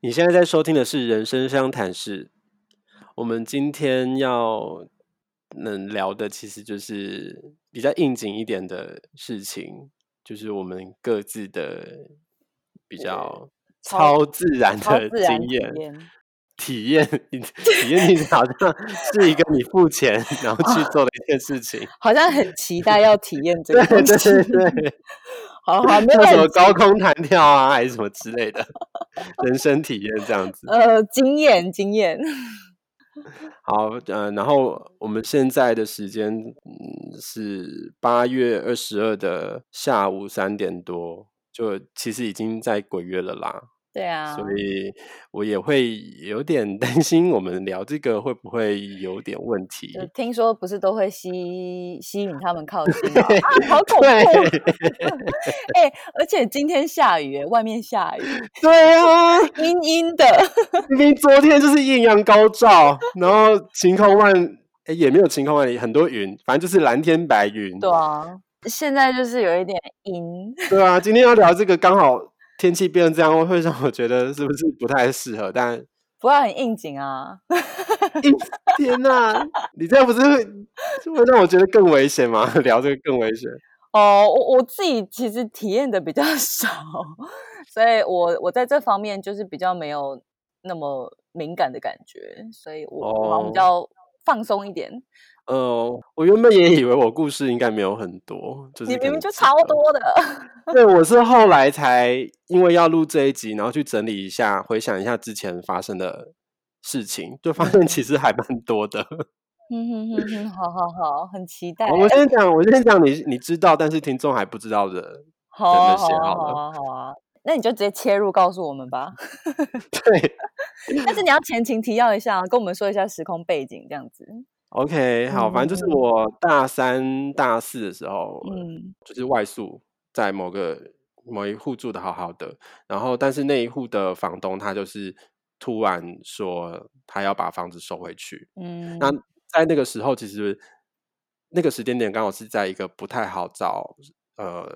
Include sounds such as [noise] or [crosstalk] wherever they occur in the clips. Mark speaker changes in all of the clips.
Speaker 1: 你现在在收听的是《人生相谈室》，我们今天要能聊的其实就是比较应景一点的事情，就是我们各自的比较
Speaker 2: 超
Speaker 1: 超自然
Speaker 2: 超
Speaker 1: 的
Speaker 2: 自然
Speaker 1: 经
Speaker 2: 体
Speaker 1: 验
Speaker 2: 验。
Speaker 1: 体验，你体验你好像是一个你付钱然后去做的一件事情，
Speaker 2: 好像很期待要体验这个
Speaker 1: 对
Speaker 2: 东西。
Speaker 1: 对对， [laughs]
Speaker 2: 好好，没有
Speaker 1: 像什么
Speaker 2: 很
Speaker 1: 高空弹跳啊，还是什么之类的 [laughs] 人生体验这样子。
Speaker 2: 呃经验经验，
Speaker 1: 好，呃，然后我们现在的时间，嗯，是八月二十二的下午三点多，就其实已经在鬼月了啦，
Speaker 2: [laughs] 对啊，
Speaker 1: 所以我也会有点 [laughs] 担心，我们聊这个会不会有点问题？
Speaker 2: 就听说不是都会吸吸引他们靠近吗啊，好恐怖！
Speaker 1: 对
Speaker 2: 哎、而且今天下雨耶，外面下雨，
Speaker 1: 对啊，
Speaker 2: 阴阴的，
Speaker 1: 明明昨天就是艳阳高照，然后晴空万，诶也没有晴空万里，很多云，反正就是蓝天白云。
Speaker 2: 对啊。 [laughs] 现在就是有一点阴，
Speaker 1: [laughs] 对啊，今天要聊这个，刚好天气变成这样，会让我觉得是不是不太适合？但
Speaker 2: 不过很应景啊。
Speaker 1: [laughs] 天呐，你这样不是会就会让我觉得更危险吗？ [laughs] 聊这个更危险。
Speaker 2: 哦，我我自己其实体验的比较 [laughs] 少，所以我我在这方面就是比较没有那么敏感的感觉，所以我我好像
Speaker 1: 哦
Speaker 2: 比较放松一点。
Speaker 1: 呃，我原本也以为我故事应该没有很多，就是
Speaker 2: 你
Speaker 1: 可
Speaker 2: 明明
Speaker 1: 能
Speaker 2: 就
Speaker 1: 几
Speaker 2: 超
Speaker 1: 个。
Speaker 2: 多的，
Speaker 1: 对，我是后来才因为要录这一集，然后去整理一下，回想一下之前发生的事情，就发现其实还蛮多
Speaker 2: [laughs]
Speaker 1: 的。
Speaker 2: [laughs] 嗯哼哼哼，好好好，很期待。
Speaker 1: 我先讲，我先讲你你知道，但是听众还不知道的。 [laughs] 真
Speaker 2: 好
Speaker 1: 的
Speaker 2: 啊，
Speaker 1: 写
Speaker 2: 好
Speaker 1: 好
Speaker 2: 啊，好
Speaker 1: 了
Speaker 2: 啊，好啊。那你就直接切入告诉我
Speaker 1: [laughs]
Speaker 2: 们吧，
Speaker 1: 对，
Speaker 2: 但是你要前情提要一下啊，跟我们说一下时空背景这样子。
Speaker 1: OK，好，反正就是
Speaker 2: 嗯
Speaker 1: 我大三、大四的时候，
Speaker 2: 嗯
Speaker 1: 就是外宿在某个某一户住的好好的，然后但是那一户的房东他就是突然说他要把房子收回去。
Speaker 2: 嗯
Speaker 1: 那在那个时候，其实那个时间点刚好是在一个不太好找呃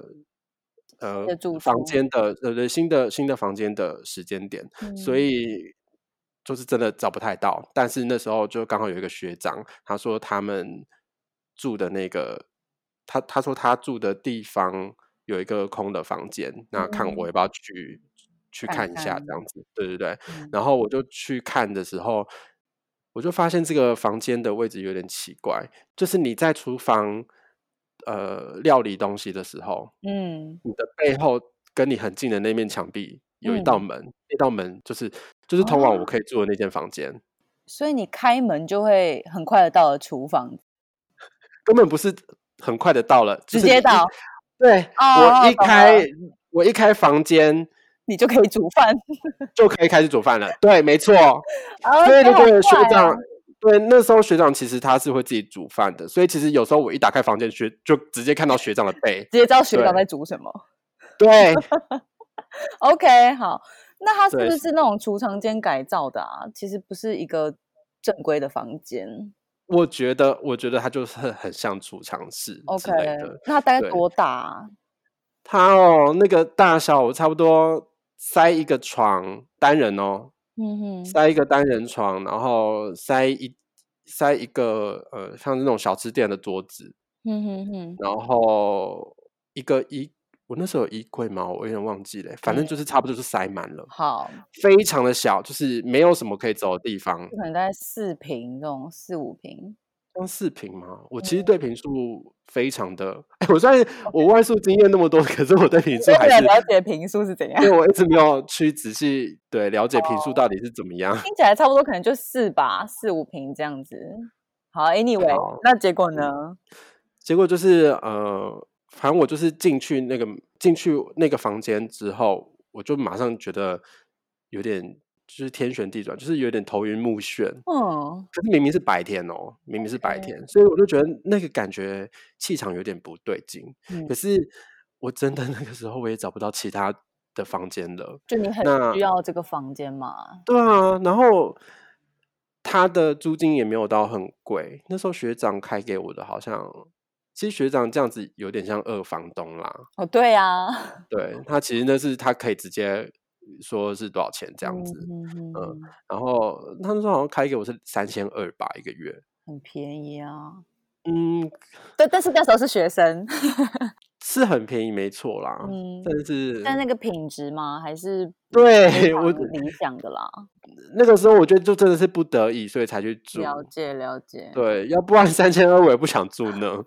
Speaker 1: 呃
Speaker 2: 的住
Speaker 1: 房
Speaker 2: 处
Speaker 1: 间的呃对新的新的房间的时间点，所
Speaker 2: 嗯
Speaker 1: 以就是真的找不太到。但是那时候就刚好有一个学长，他说他们住的那个，他他说他住的地方有一个空的房间，那看我
Speaker 2: 嗯
Speaker 1: 要不要去去
Speaker 2: 看
Speaker 1: 看一下
Speaker 2: 看
Speaker 1: 这样子。对对对，
Speaker 2: 嗯
Speaker 1: 然后我就去看的时候，我就发现这个房间的位置有点奇怪，就是你在厨房呃料理东西的时候，
Speaker 2: 嗯
Speaker 1: 你的背后跟你很近的那面墙壁有一道
Speaker 2: 嗯，哦
Speaker 1: 门，那道门就是就是通往我可以住的那间房间，
Speaker 2: 所以你开门就会很快的到了厨房，
Speaker 1: 根本不是很快的到了，就
Speaker 2: 直
Speaker 1: 是你
Speaker 2: 接
Speaker 1: 一
Speaker 2: 到
Speaker 1: 对
Speaker 2: 哦
Speaker 1: 我一
Speaker 2: 懂
Speaker 1: 开
Speaker 2: 了
Speaker 1: 我一开房间
Speaker 2: 你就可以煮
Speaker 1: [laughs]
Speaker 2: 饭。
Speaker 1: 就可以开始煮饭了，对，没错，
Speaker 2: 啊
Speaker 1: 对对
Speaker 2: 这好
Speaker 1: 对，学
Speaker 2: 快啊
Speaker 1: 长，对，那时候学长其实他是会自己煮饭的，所以其实有时候我一打开房间，学就直接看到学长的背。
Speaker 2: 直接知道学长
Speaker 1: 对
Speaker 2: 在煮什么。 [laughs]
Speaker 1: 对，
Speaker 2: OK，好，那它是
Speaker 1: 对
Speaker 2: 不是那种储藏间改造的啊？其实不是一个正规的房间。
Speaker 1: 我觉得，我觉得他就是很很像储藏室之
Speaker 2: OK，
Speaker 1: 类的。
Speaker 2: 那它大概
Speaker 1: 对，
Speaker 2: 多大、啊？
Speaker 1: 他哦，那个大小我差不多塞一个床，单人哦，
Speaker 2: 嗯哼，
Speaker 1: 塞一个单人床，然后塞一塞一个呃，像那种小吃店的桌子，
Speaker 2: 嗯哼哼，
Speaker 1: 然后一个衣，我那时候有衣柜吗？我有点忘记了，反正
Speaker 2: 嗯，
Speaker 1: 就是差不多就是塞满了，
Speaker 2: 好，
Speaker 1: 非常的小，就是没有什么可以走的地方。
Speaker 2: 可能大概四平这种，四五平。
Speaker 1: 像四平吗？我
Speaker 2: 嗯
Speaker 1: 其实对平数非常的，哎，我虽然我外宿经验那么多，可是我对平数
Speaker 2: 所以
Speaker 1: 还
Speaker 2: 你
Speaker 1: 是
Speaker 2: 很了解平数是怎
Speaker 1: [laughs]
Speaker 2: 样？[laughs]
Speaker 1: 因为我一直没有去仔细对了解
Speaker 2: 哦
Speaker 1: 平数到底是怎么样。 [laughs]
Speaker 2: 听起来差不多，可能就四吧，四五平这样子。好，Anyway，
Speaker 1: 啊好，
Speaker 2: 那结果
Speaker 1: 嗯，
Speaker 2: 呢？
Speaker 1: 结果就是呃，反正我就是进去那个进去那个房间之后，我就马上觉得有点就是天旋地转，就是有点头晕目眩。
Speaker 2: 嗯，
Speaker 1: 可是明明是白天哦，明明是白
Speaker 2: 嗯
Speaker 1: 天，所以我就觉得那个感觉气场有点不对劲。
Speaker 2: 嗯
Speaker 1: 可是我真的 [laughs] 那个时候我也找不到其他的房间了。
Speaker 2: 就你很
Speaker 1: 那
Speaker 2: 需要这个房间嘛？
Speaker 1: 对啊，然后他的租金也没有到很贵，那时候学长开给我的好像，其实学长这样子有点像二房东啦。
Speaker 2: 哦，对啊，
Speaker 1: 对他其实那是他可以直接说是多少钱这
Speaker 2: 这
Speaker 1: 样子，
Speaker 2: 嗯
Speaker 1: 嗯然后他们说好像开给我是三千二吧一个月，
Speaker 2: 很便宜啊。
Speaker 1: 嗯，
Speaker 2: 但但是那时候是学生，
Speaker 1: 是很便宜没错啦，
Speaker 2: 嗯，
Speaker 1: 但是
Speaker 2: 但那个品质嘛，还是非
Speaker 1: 对
Speaker 2: 常
Speaker 1: 我
Speaker 2: 理想的啦。
Speaker 1: 那个时候我觉得就真的是不得已，所以才去住。
Speaker 2: 了解了解，
Speaker 1: 对，要不然三千二我也不想住呢。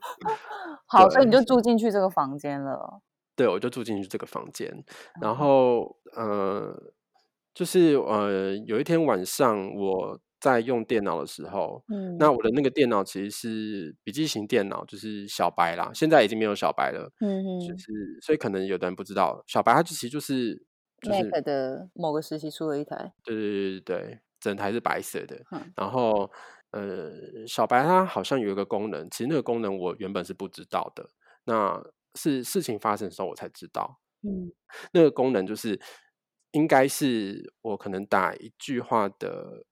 Speaker 2: 好，所以你
Speaker 1: 对
Speaker 2: 就住进去这个房间了。
Speaker 1: 对，我就住进去这个房间，
Speaker 2: 嗯
Speaker 1: 然后呃，就是呃，有一天晚上我在用电脑的时候，
Speaker 2: 嗯，
Speaker 1: 那我的那个电脑其实是笔记型电脑，就是小白啦，现在已经没有小白了，
Speaker 2: 嗯
Speaker 1: 就
Speaker 2: 哼
Speaker 1: 是所以可能有的人不知道，小白它其实就是就是
Speaker 2: Mac 的某个时期出了一台，
Speaker 1: 对对对对，整台是白色的。
Speaker 2: 嗯
Speaker 1: 然后呃，小白它好像有一个功能，其实那个功能我原本是不知道的，那是事情发生的时候我才知道。
Speaker 2: 嗯
Speaker 1: 那个功能就是应该是我可能打一句话的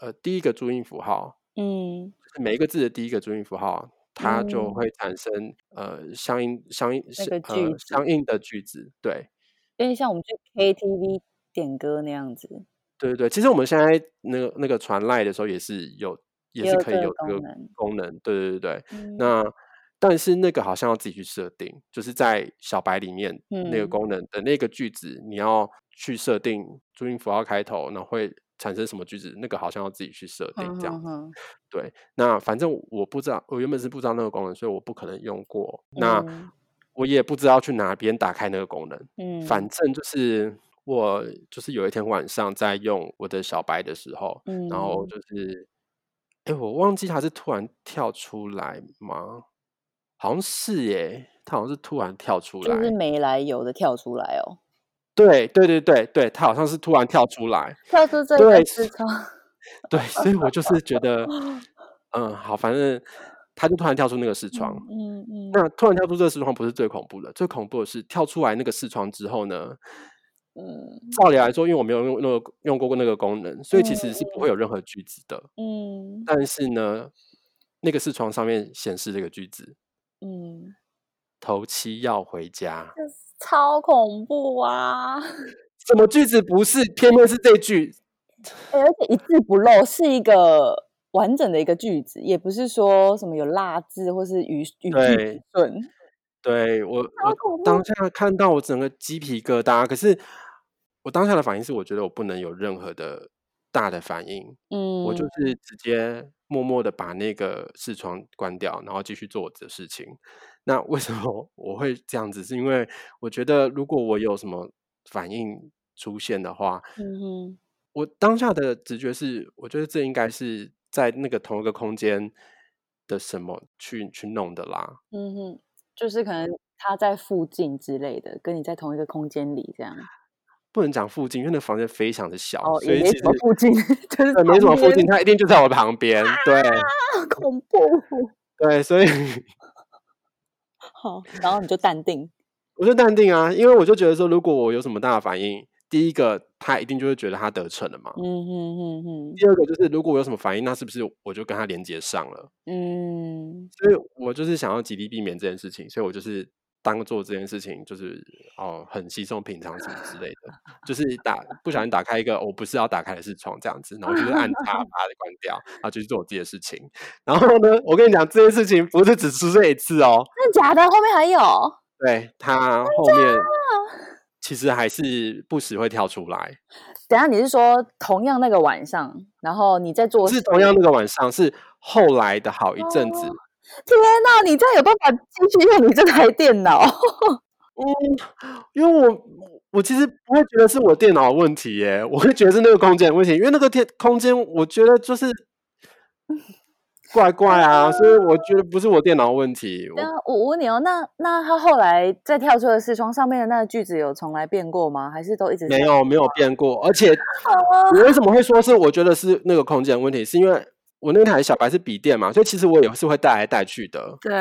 Speaker 1: 呃第一个注音符号，
Speaker 2: 嗯
Speaker 1: 就是每一个字的第一个注音符号。它就
Speaker 2: 嗯
Speaker 1: 会产生呃相应相应
Speaker 2: 那个句
Speaker 1: 呃
Speaker 2: 子
Speaker 1: 相应的句子，对，
Speaker 2: 有点像我们去 KTV 点歌那样子，
Speaker 1: 对对，其实我们现在那个那个传赖的时候也是有，也
Speaker 2: 也
Speaker 1: 是
Speaker 2: 有
Speaker 1: 可以
Speaker 2: 这个
Speaker 1: 有这个
Speaker 2: 功能
Speaker 1: 功能。对对对对，
Speaker 2: 嗯
Speaker 1: 那但是那个好像要自己去设定，就是在小白里面那个
Speaker 2: 嗯
Speaker 1: 功能的那个句子，你要去设定注音符号开头，然后会产生什么句子，那个好像要自己去设定
Speaker 2: 哼
Speaker 1: 这样
Speaker 2: 嗯哼
Speaker 1: 子。
Speaker 2: 哼，
Speaker 1: 对，那反正我不知道，我原本是不知道那个功能，所以我不可能用过。那
Speaker 2: 嗯
Speaker 1: 我也不知道去哪边打开那个功能。反
Speaker 2: 嗯
Speaker 1: 正就是我就是有一天晚上在用我的小白的时候，然后
Speaker 2: 嗯，
Speaker 1: 就是，哎，我忘记它是突然跳出来吗？好像是耶，它好像是突然跳出
Speaker 2: 就是
Speaker 1: 来。
Speaker 2: 没来由的跳出来哦，
Speaker 1: 对对对对对，它好像是突然跳出来。
Speaker 2: 跳出这个
Speaker 1: 对，
Speaker 2: 市场，
Speaker 1: 对，所以我就是觉
Speaker 2: [laughs]
Speaker 1: 得，嗯，好，反正他就突然跳出那个视窗。
Speaker 2: 嗯嗯嗯，
Speaker 1: 那突然跳出这个视窗不是最恐怖的，最恐怖的是跳出来那个视窗之后呢，
Speaker 2: 嗯
Speaker 1: 照理来说，因为我没有用那个用过那个功能，所以其实是不会
Speaker 2: 嗯
Speaker 1: 有任何句子的。
Speaker 2: 嗯
Speaker 1: 但是呢，那个视窗上面显示这个句子：
Speaker 2: 嗯，
Speaker 1: 头七要回家。
Speaker 2: 这是超恐怖啊！
Speaker 1: 什么句子不是？偏偏是这句。
Speaker 2: 欸而且一字不漏是一个完整的一个句子，也不是说什么有落字或是语语句
Speaker 1: 对，
Speaker 2: 不顺，
Speaker 1: 对我，
Speaker 2: 超
Speaker 1: 我
Speaker 2: 恐怖
Speaker 1: 当下看到我整个鸡皮疙瘩。可是我当下的反应是，我觉得我不能有任何的大的反应，我就
Speaker 2: 嗯
Speaker 1: 是直接默默的把那个视窗关掉，然后继续做我的事情。那为什么我会这样子？是因为我觉得如果我有什么反应出现的话，
Speaker 2: 嗯哼，
Speaker 1: 我当下的直觉是，我觉得这应该是在那个同一个空间的什么去去弄的啦。
Speaker 2: 嗯哼，就是可能他在附近之类的，跟你在同一个空间里这样。
Speaker 1: 不能讲附近，因为那个房间非常的小，
Speaker 2: 哦，
Speaker 1: 所
Speaker 2: 也
Speaker 1: 以
Speaker 2: 没
Speaker 1: 其实
Speaker 2: 什么附近， [laughs] 就是
Speaker 1: 呃没什
Speaker 2: 旁
Speaker 1: 么附
Speaker 2: 边
Speaker 1: 近，它一定就在我旁边。对
Speaker 2: 啊，恐怖。
Speaker 1: 对，所以 [laughs]
Speaker 2: 好，然后你就淡定。
Speaker 1: 我就淡定啊，因为我就觉得说，如果我有什么大的反应，第一个他一定就会觉得他得逞了嘛。
Speaker 2: 嗯哼哼哼，
Speaker 1: 第二个就是，如果我有什么反应，那是不是我就跟他连接上了？
Speaker 2: 嗯
Speaker 1: 所以我就是想要极力避免这件事情，所以我就是当做这件事情就是哦很稀松平常什么之类的，就是打不小心打开一个我不是要打开的视窗这样子，然后就是按叉把它关掉，然后就去做我自己的事情。然后呢，我跟你讲这件事情不是只出现一次哦，
Speaker 2: 真的假的？后面还有？
Speaker 1: 对它后面其实还是不时会跳出来，
Speaker 2: 等一下你是说同样那个晚上，然后你在
Speaker 1: 不
Speaker 2: 做
Speaker 1: 是
Speaker 2: 事
Speaker 1: 同样那个晚上，是后来的好一阵子
Speaker 2: 哦天呐，你这样有办法继续用你这台电脑？
Speaker 1: 嗯，因为我我其实不会觉得是我电脑的问题耶， [laughs] 我会觉得是那个空间的问题，因为那个电空间我觉得就是怪怪啊，所以我觉得不是我电脑的问题。
Speaker 2: 对
Speaker 1: 我
Speaker 2: 啊，我我问你哦，那那他后来在跳出的视窗上面的那个句子有从来变过吗？还是都一直
Speaker 1: 没
Speaker 2: 是
Speaker 1: 有没有变过，而且我为什么会说是我觉得是那个空间的问题，是因为我那台小白是笔电嘛，所以其实我也是会带来带去的，
Speaker 2: 对，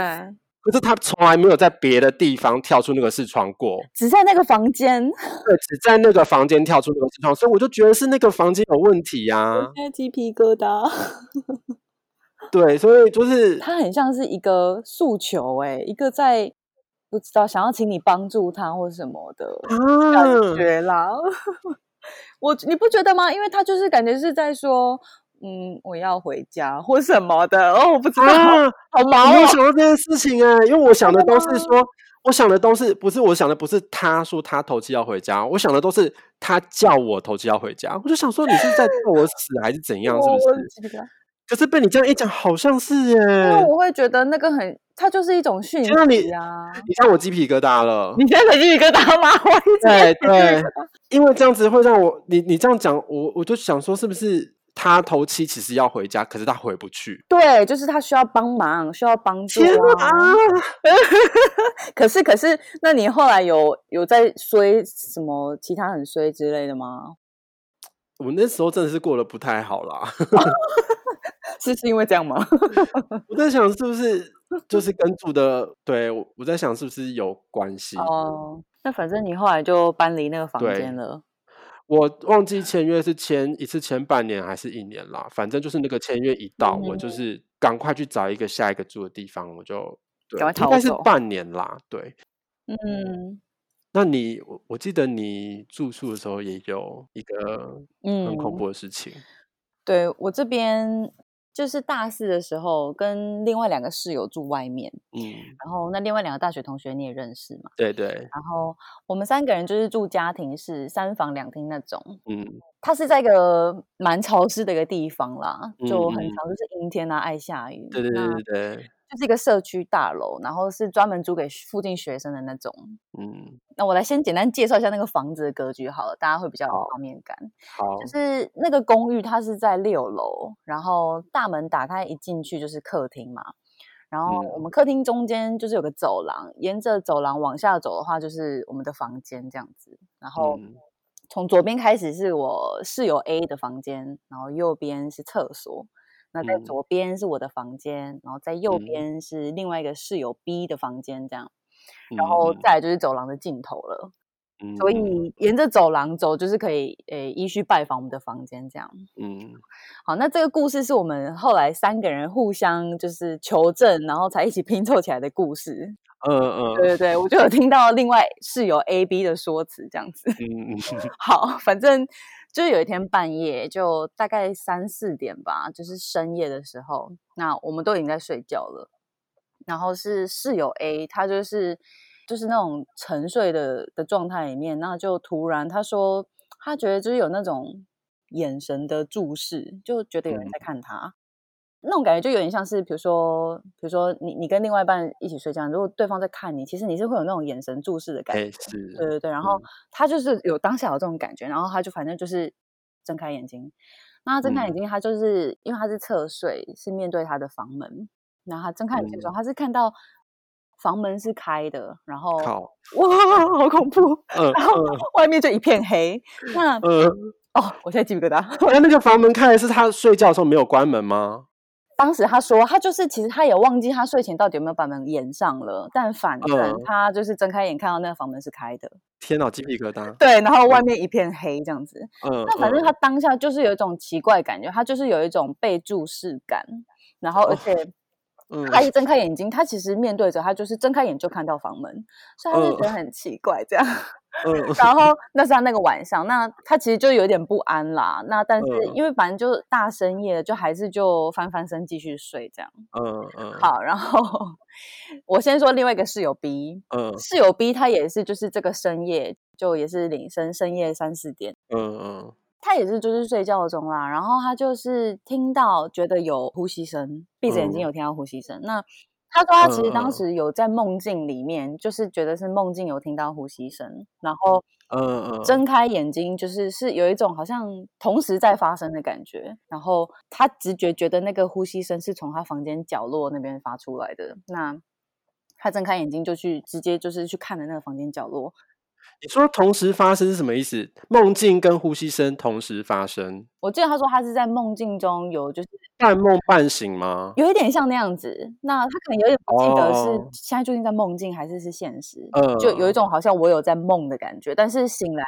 Speaker 1: 可是它从来没有在别的地方跳出那个视窗过。
Speaker 2: 只在那个房间？
Speaker 1: 对，只在那个房间跳出那个视窗，所以我就觉得是那个房间有问题啊呀、
Speaker 2: 我现在鸡皮疙瘩。 [laughs]
Speaker 1: 对，所以就是
Speaker 2: 它很像是一个诉求、欸，一个在不知道，想要请你帮助他或什
Speaker 1: [laughs]
Speaker 2: 么的感
Speaker 1: 啊，
Speaker 2: 觉啦。 [laughs] 我你不觉得吗？因为他就是感觉是在说，嗯，我要回家或什么的。哦，我不知道，
Speaker 1: 啊，
Speaker 2: 好
Speaker 1: 我
Speaker 2: 毛
Speaker 1: 没有
Speaker 2: 哦。
Speaker 1: 想到这件事情哎、因为我想的
Speaker 2: 真的
Speaker 1: 都是
Speaker 2: 吗
Speaker 1: 说，我想的都是不是我想的不是他说他头七要回家，我想的都是他叫我头七要回家，我就想说你是在叫我死还是怎样，是
Speaker 2: 我
Speaker 1: 不
Speaker 2: 我
Speaker 1: 是？
Speaker 2: 记不得，
Speaker 1: 可是被你这样一讲，好像是
Speaker 2: 因
Speaker 1: 哎、
Speaker 2: 为啊我会觉得那个很，它就是一种讯
Speaker 1: 天啊你
Speaker 2: 息啊。
Speaker 1: 你让我鸡皮疙瘩了。
Speaker 2: 你现在才鸡皮疙瘩吗？我一直
Speaker 1: 对
Speaker 2: 在鸡皮
Speaker 1: 对
Speaker 2: 疙瘩，
Speaker 1: 因为这样子会让我，你你这样讲，我我就想说，是不是他头七其实要回家，可是他回不去？
Speaker 2: 对，就是他需要帮忙，需要帮助
Speaker 1: 天啊！
Speaker 2: 可是，可是，那你后来有有在衰什么其他很衰之类的吗？
Speaker 1: 我那时候真的是过得不太好啦。
Speaker 2: 是是因为这样吗？
Speaker 1: 我在想，是不
Speaker 2: [laughs]
Speaker 1: 是就是跟住的？对我我在想，是不是有关系？
Speaker 2: 哦，那反正你后来就搬离那个房
Speaker 1: 对
Speaker 2: 间了。
Speaker 1: 我忘记签约是签一次签半年还是一年啦，反正就是那个签约一到，我就
Speaker 2: 嗯
Speaker 1: 是赶快去找一个下一个住的地方，我就对
Speaker 2: 赶快，
Speaker 1: 应
Speaker 2: 逃
Speaker 1: 该是
Speaker 2: 走
Speaker 1: 半年啦，对。
Speaker 2: 嗯
Speaker 1: 那你，我我记得你住宿的时候也有一个很恐
Speaker 2: 嗯，
Speaker 1: 怖的事情，
Speaker 2: 对我这边就是大四的时候跟另外两个室友住外面，
Speaker 1: 嗯，
Speaker 2: 然后那另外两个大学同学你也认识嘛，
Speaker 1: 对对，
Speaker 2: 然后我们三个人就是住家庭式，三房两厅那种。
Speaker 1: 嗯
Speaker 2: 它是在一个蛮潮湿的一个地方啦，
Speaker 1: 嗯
Speaker 2: 就很
Speaker 1: 嗯，
Speaker 2: 常就是阴天啊，爱下雨。
Speaker 1: 对对
Speaker 2: 那
Speaker 1: 对对对，
Speaker 2: 就是一个社区大楼，然后是专门租给附近学生的那种。
Speaker 1: 嗯，
Speaker 2: 那我来先简单介绍一下那个房子的格局好了，大家会比较有
Speaker 1: 好，
Speaker 2: 画面感。就
Speaker 1: 好，
Speaker 2: 是那个公寓，它是在六楼，然后大门打开一进去就是客厅嘛，然后我
Speaker 1: 嗯
Speaker 2: 们客厅中间就是有个走廊，沿着走廊往下走的话就是我们的房间这样子，然后
Speaker 1: 嗯
Speaker 2: 从左边开始是我室友 A 的房间，然后右边是厕所，那在
Speaker 1: 嗯
Speaker 2: 左边是我的房间，然后在右
Speaker 1: 嗯
Speaker 2: 边是另外一个室友 B 的房间这样，然
Speaker 1: 嗯
Speaker 2: 后
Speaker 1: 嗯
Speaker 2: 再来就是走廊的尽头了。所
Speaker 1: 嗯
Speaker 2: 以沿着走廊走，就是可以诶依序拜访我们的房间这样。
Speaker 1: 嗯
Speaker 2: 好，那这个故事是我们后来三个人互相就是求证，然后才一起拼凑起来的故事。
Speaker 1: 嗯嗯
Speaker 2: 对对对，我就有听到另外室友 A、B 的说辞这样子。
Speaker 1: 嗯 [laughs]
Speaker 2: 好，反正就是有一天半夜，就大概三四点吧，就是深夜的时候，那我们都已经在睡觉了。然后是室友 A，他就是就是那种沉睡的的状态里面，那就突然他说他觉得就是有那种眼神的注视，就觉得有人
Speaker 1: 嗯
Speaker 2: 在看他。那种感觉就有点像是，比如说，比如说你你跟另外一半一起睡觉，如果对方在看你，其实你是会有那种眼神注视的感
Speaker 1: 哎
Speaker 2: 觉。对
Speaker 1: 是，
Speaker 2: 对对，然后
Speaker 1: 嗯
Speaker 2: 他就是有当下有这种感觉，然后他就反正就是睁开眼睛，那他睁开眼
Speaker 1: 嗯
Speaker 2: 睛，他就是因为他是侧睡，是面对他的房门，然后他睁开眼睛的时候，
Speaker 1: 嗯，
Speaker 2: 他是看到房门是开的，然后
Speaker 1: 靠，
Speaker 2: 哇，好恐怖，
Speaker 1: 嗯
Speaker 2: 然后
Speaker 1: 嗯
Speaker 2: 外面就一
Speaker 1: [laughs]
Speaker 2: 片黑，那 [laughs]
Speaker 1: 嗯，
Speaker 2: 哦，我现在鸡皮疙瘩。
Speaker 1: 那那个房门开的是他睡觉的时候没有关门吗？
Speaker 2: 当时他说，他就是其实他也忘记他睡前到底有没有把门掩上了，但反正
Speaker 1: 嗯，
Speaker 2: 他就是睁开眼看到那个房门是开的，
Speaker 1: 天哪，鸡皮疙瘩，
Speaker 2: 对，然后外
Speaker 1: 嗯
Speaker 2: 面一片黑这样子。
Speaker 1: 嗯
Speaker 2: 那反正
Speaker 1: 嗯，
Speaker 2: 他当下就是有一种奇怪感觉，他就是有一种被注视感，然后而
Speaker 1: 哦，
Speaker 2: 且
Speaker 1: 嗯
Speaker 2: 他一睁开眼睛，他其实面对着他就是睁开眼就看到房门，所以他就
Speaker 1: 嗯
Speaker 2: 觉得很奇怪这样。 [laughs]
Speaker 1: 嗯
Speaker 2: 然后那是他那个晚上，那他其实就有点不安啦。那但是
Speaker 1: 嗯
Speaker 2: 因为反正就大深夜的，就还是就翻翻身继续睡这样。
Speaker 1: 嗯嗯
Speaker 2: 好，然后我先说另外一个室友 B，
Speaker 1: 嗯
Speaker 2: 室友 B 他也是就是这个深夜就也是领深深夜三四点。
Speaker 1: 嗯嗯，
Speaker 2: 他也是就是睡觉中啦，然后他就是听到觉得有呼吸声，闭着眼睛
Speaker 1: 嗯
Speaker 2: 有听到呼吸声。那他说他
Speaker 1: 嗯
Speaker 2: 其实当
Speaker 1: 嗯
Speaker 2: 时有在梦境里面，就是觉得是梦境有听到呼吸声，然后
Speaker 1: 嗯嗯，
Speaker 2: 睁开眼睛就是是有一种好像同时在发生的感觉。然后他直觉觉得那个呼吸声是从他房间角落那边发出来的。那他睁开眼睛就去直接就是去看了那个房间角落，
Speaker 1: 你说同时发生是什么意思？梦境跟呼吸声同时发生，
Speaker 2: 我记得他说他是在梦境中有就是。
Speaker 1: 半梦半醒吗？
Speaker 2: 有一点像那样子，那他可能有点不记得是
Speaker 1: 哦，
Speaker 2: 现在究竟在梦境还是是现实，就有一
Speaker 1: 嗯，
Speaker 2: 种好像我有在梦的感觉，但是醒来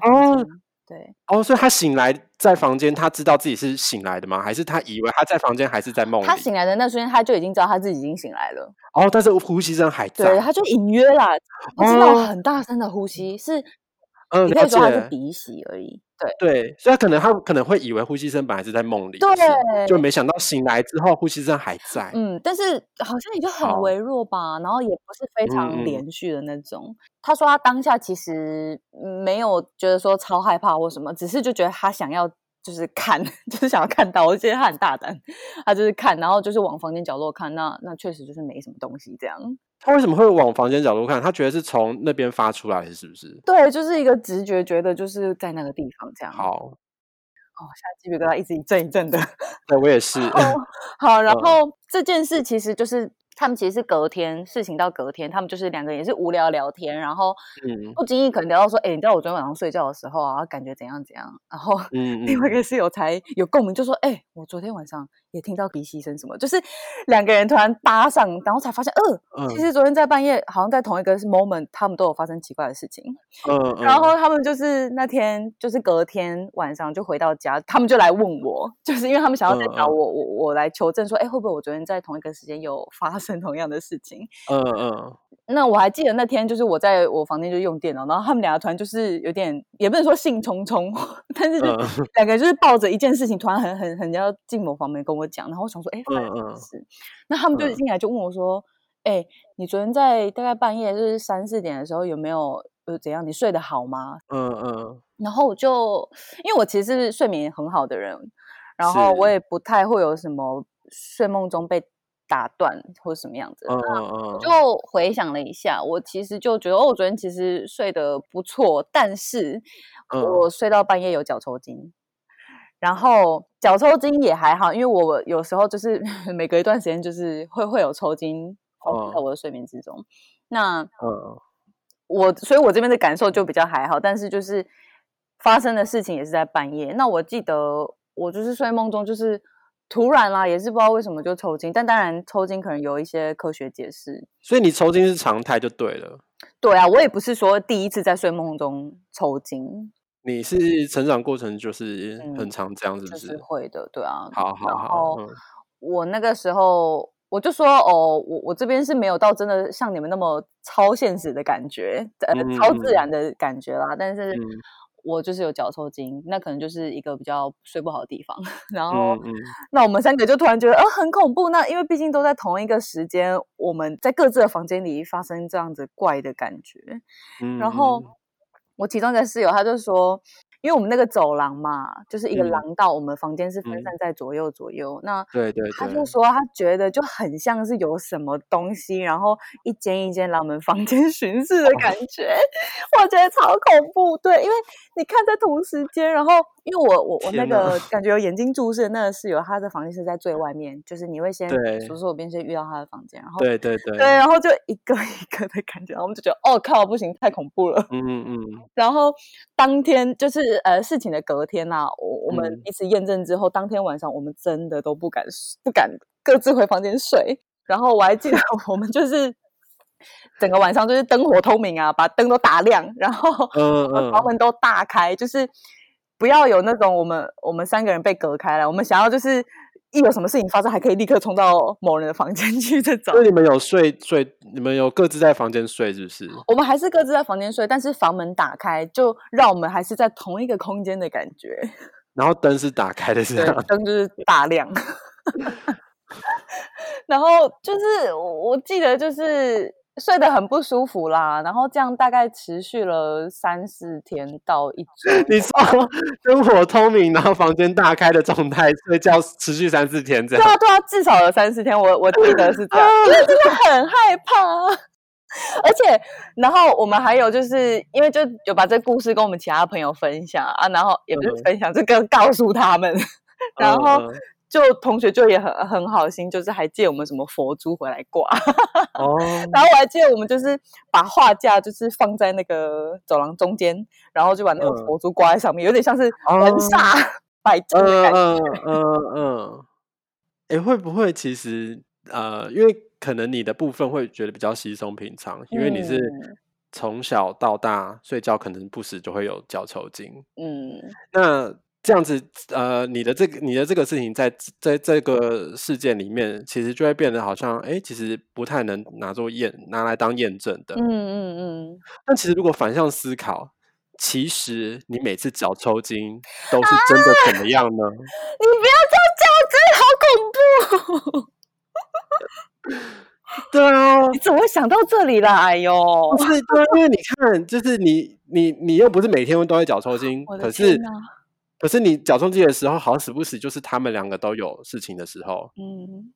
Speaker 2: 在房
Speaker 1: 哦，
Speaker 2: 间。对，
Speaker 1: 哦，所以他醒来在房间，他知道自己是醒来的吗？还是他以为他在房间，还是在梦里？
Speaker 2: 他醒来的那瞬间，他就已经知道他自己已经醒来了。
Speaker 1: 哦，但是呼吸声还
Speaker 2: 对，
Speaker 1: 在。
Speaker 2: 他就隐约啦，他知道
Speaker 1: 哦
Speaker 2: 很大声的呼吸，是
Speaker 1: 嗯，
Speaker 2: 你可
Speaker 1: 了
Speaker 2: 以说他是
Speaker 1: 解。
Speaker 2: 鼻息而已。对，
Speaker 1: 对，所以他可能他可能会以为呼吸声本来是在梦里，
Speaker 2: 对
Speaker 1: 是就没想到醒来之后呼吸声还在。
Speaker 2: 嗯，但是好像也就很
Speaker 1: 好
Speaker 2: 微弱吧，然后也不是非
Speaker 1: 嗯
Speaker 2: 常
Speaker 1: 嗯
Speaker 2: 连续的那种。他说他当下其实嗯没有觉得说超害怕或什么，只是就觉得他想要就是看， [laughs] 就是想要看到。我记得他很大胆，他就是看，然后就是往房间角落看，那那确实就是没什么东西这样。
Speaker 1: 他为什么会往房间角落看？他觉得是从那边发出来的，是不是？
Speaker 2: 对，就是一个直觉，觉得就是在那个地方这样。哦，
Speaker 1: 好，
Speaker 2: 现在鸡皮疙瘩一直一阵一阵的。 [laughs]
Speaker 1: 对我也是。
Speaker 2: 哦，好，然
Speaker 1: 嗯
Speaker 2: 后这件事其实就是他们其实是隔天事情到隔天，他们就是两个人也是无聊聊天，然后
Speaker 1: [laughs] 嗯
Speaker 2: 不经意可能聊到说，哎、你知道我昨天晚上睡觉的时候啊，感觉怎样怎样，然后。
Speaker 1: 嗯
Speaker 2: 另外一
Speaker 1: 嗯，
Speaker 2: 个室友才有共鸣，就说：“哎、我昨天晚上也听到鼻息声，什么？就是两个人突然搭上，然后才发现，呃，
Speaker 1: 嗯
Speaker 2: 其实昨天在半夜好像在同一个 moment，他们都有发生奇怪的事情。
Speaker 1: 嗯嗯，
Speaker 2: 然后他们就是那天，就是隔天晚上就回到家，他们就来问我，就是因为他们想要再
Speaker 1: 嗯
Speaker 2: 找
Speaker 1: 嗯
Speaker 2: 我，我我来求证说，哎，会不会我昨天在同一个时间有发生同样的事情？
Speaker 1: 嗯嗯，
Speaker 2: 那我还记得那天就是我在我房间就用电脑，然后他们两个突然就是有点，也不能说兴冲冲， [laughs] 但是就
Speaker 1: 嗯
Speaker 2: 两个人就是抱着一件事情，突然很很很要进某方面跟我讲，然后我想说，哎，发生什
Speaker 1: 嗯
Speaker 2: 么
Speaker 1: 嗯
Speaker 2: 事？那他们就
Speaker 1: 嗯
Speaker 2: 进来就问我说，哎，你昨天在大概半夜就是三四点的时候有没有？有怎样？你睡得好吗？
Speaker 1: 嗯嗯，
Speaker 2: 然后我就因为我其实是睡眠很好的人，然后我
Speaker 1: 是
Speaker 2: 也不太会有什么睡梦中被打断或者什么样子。
Speaker 1: 嗯嗯
Speaker 2: 啊
Speaker 1: 嗯，
Speaker 2: 我就回想了一下，我其实就觉得哦，我昨天其实睡得不错，但是
Speaker 1: 嗯
Speaker 2: 我睡到半夜有脚抽筋。然后脚抽筋也还好，因为我有时候就是 [laughs] 每隔一段时间就是会会有抽筋冲入到
Speaker 1: 嗯
Speaker 2: 我的睡眠之中。那
Speaker 1: 嗯
Speaker 2: 我，所以我这边的感受就比较还好，但是就是发生的事情也是在半夜。那我记得我就是睡梦中就是突然啦，也是不知道为什么就抽筋，但当然抽筋可能有一些科学解释。
Speaker 1: 所以你抽筋是常态就对了。
Speaker 2: 对啊，我也不是说第一次在睡梦中抽筋，
Speaker 1: 你是成长过程就是很
Speaker 2: 嗯，
Speaker 1: 常这样，是不？
Speaker 2: 就是是会的，对啊。
Speaker 1: 好好
Speaker 2: 然
Speaker 1: 好，
Speaker 2: 后
Speaker 1: 嗯
Speaker 2: 我那个时候我就说哦，我我这边是没有到真的像你们那么超现实的感觉，呃，
Speaker 1: 嗯
Speaker 2: 超
Speaker 1: 嗯
Speaker 2: 自然的感觉啦。但是
Speaker 1: 嗯
Speaker 2: 我就是有脚抽筋，那可能就是一个比较睡不好的地方。 [laughs] 然后
Speaker 1: 嗯嗯
Speaker 2: 那我们三个就突然觉得，呃，很恐怖。那因为毕竟都在同一个时间，我们在各自的房间里发生这样子怪的感觉。然后
Speaker 1: 嗯
Speaker 2: 我其中一个室友他就说，因为我们那个走廊嘛，就是一个
Speaker 1: 嗯
Speaker 2: 廊道，我们房间是分
Speaker 1: 嗯，
Speaker 2: 散在左右左右。那
Speaker 1: 对对
Speaker 2: 他
Speaker 1: 对，
Speaker 2: 就说他觉得就很像是有什么东西，然后一间一间来我们房间巡视的感
Speaker 1: 哦
Speaker 2: 觉，我觉得超恐怖。对，因为你看在同时间，然后因为我我我那
Speaker 1: 天呐，
Speaker 2: 个感觉有眼睛注视的那个室友，他的房间是在最外面，就是你会先
Speaker 1: 对
Speaker 2: 左手边先遇到他的房间，然后。
Speaker 1: 对对
Speaker 2: 对，
Speaker 1: 对，
Speaker 2: 然后就一个一个的感觉，然后我们就觉得，哦靠，不行，太恐怖了。
Speaker 1: 嗯嗯
Speaker 2: 然后当天就是呃事情的隔天呐、我我们
Speaker 1: 嗯
Speaker 2: 彼此验证之后，当天晚上我们真的都不敢睡不敢各自回房间睡。然后我还
Speaker 1: [laughs]
Speaker 2: 记得我们就是整个晚上就是灯火通明啊，把灯都打亮，
Speaker 1: [laughs]
Speaker 2: 然后
Speaker 1: 嗯
Speaker 2: 把房
Speaker 1: 嗯
Speaker 2: 门都大开，就是不要有那种我们我们三个人被隔开了，我们想要就是一有什么事情发生，还可以立刻冲到某人的房间 [laughs] 去这种。
Speaker 1: 所以你们有睡睡，你们有各自在房间睡，是不是？
Speaker 2: 我们还是各自在房间睡，但是房门打开，就让我们还是在同一个空间的感觉。
Speaker 1: 然后灯是打开的，这
Speaker 2: 对，
Speaker 1: 样，
Speaker 2: 灯就是大亮。 [laughs] 然后就是我我记得就是睡得很不舒服啦，然后这样大概持续了三四天到一周。
Speaker 1: [laughs] 你说灯火通明，然后房间大开的状态，睡觉持续三四天这
Speaker 2: 对
Speaker 1: 样，
Speaker 2: 啊，对啊，至少有三四天，我我记得是
Speaker 1: 啊
Speaker 2: 这样，因为真的很害怕。而且，然后我们还有就是因为就有把这故事跟我们其他朋友分享啊，然后也不是
Speaker 1: 嗯
Speaker 2: 分享，这个告诉他们，然
Speaker 1: 嗯
Speaker 2: 后
Speaker 1: 嗯，
Speaker 2: 就同学就也很很好心，就是还借我们什么佛珠回来挂，
Speaker 1: 哦，
Speaker 2: 然后我还记得我们就是把画架就是放在那个走廊中间，然后就把那个
Speaker 1: 嗯
Speaker 2: 佛珠挂在上面，有点像是玩
Speaker 1: 哦。
Speaker 2: 煞摆
Speaker 1: 嗯
Speaker 2: [laughs] 阵的感觉。
Speaker 1: 嗯嗯嗯，哎，会不会其实呃，因为可能你的部分会觉得比较稀松平常，因为你是
Speaker 2: 嗯，
Speaker 1: 从小到大睡觉可能不时就会有脚抽筋。
Speaker 2: 嗯，
Speaker 1: 那这样子，呃，你的这个你的这个事情在在这个事件里面，其实就会变得好像，哎，其实不太能拿作验拿来当验证的。
Speaker 2: 嗯嗯嗯，
Speaker 1: 但其实如果反向思考，其实你每次脚抽
Speaker 2: [laughs]
Speaker 1: 筋都是真的怎么样呢？
Speaker 2: 你不要这样讲，真的好恐 [laughs] 怖！哦
Speaker 1: 对啊，
Speaker 2: 你怎么会想到这里啦？哎呦，
Speaker 1: 不是对啊，因为你看，就是你你你又不是每天都会脚抽筋，
Speaker 2: 我的
Speaker 1: 可是
Speaker 2: 天哪
Speaker 1: 可是你脚抽筋的时候，好死不死就是他们两个都有事情的时候，
Speaker 2: 嗯，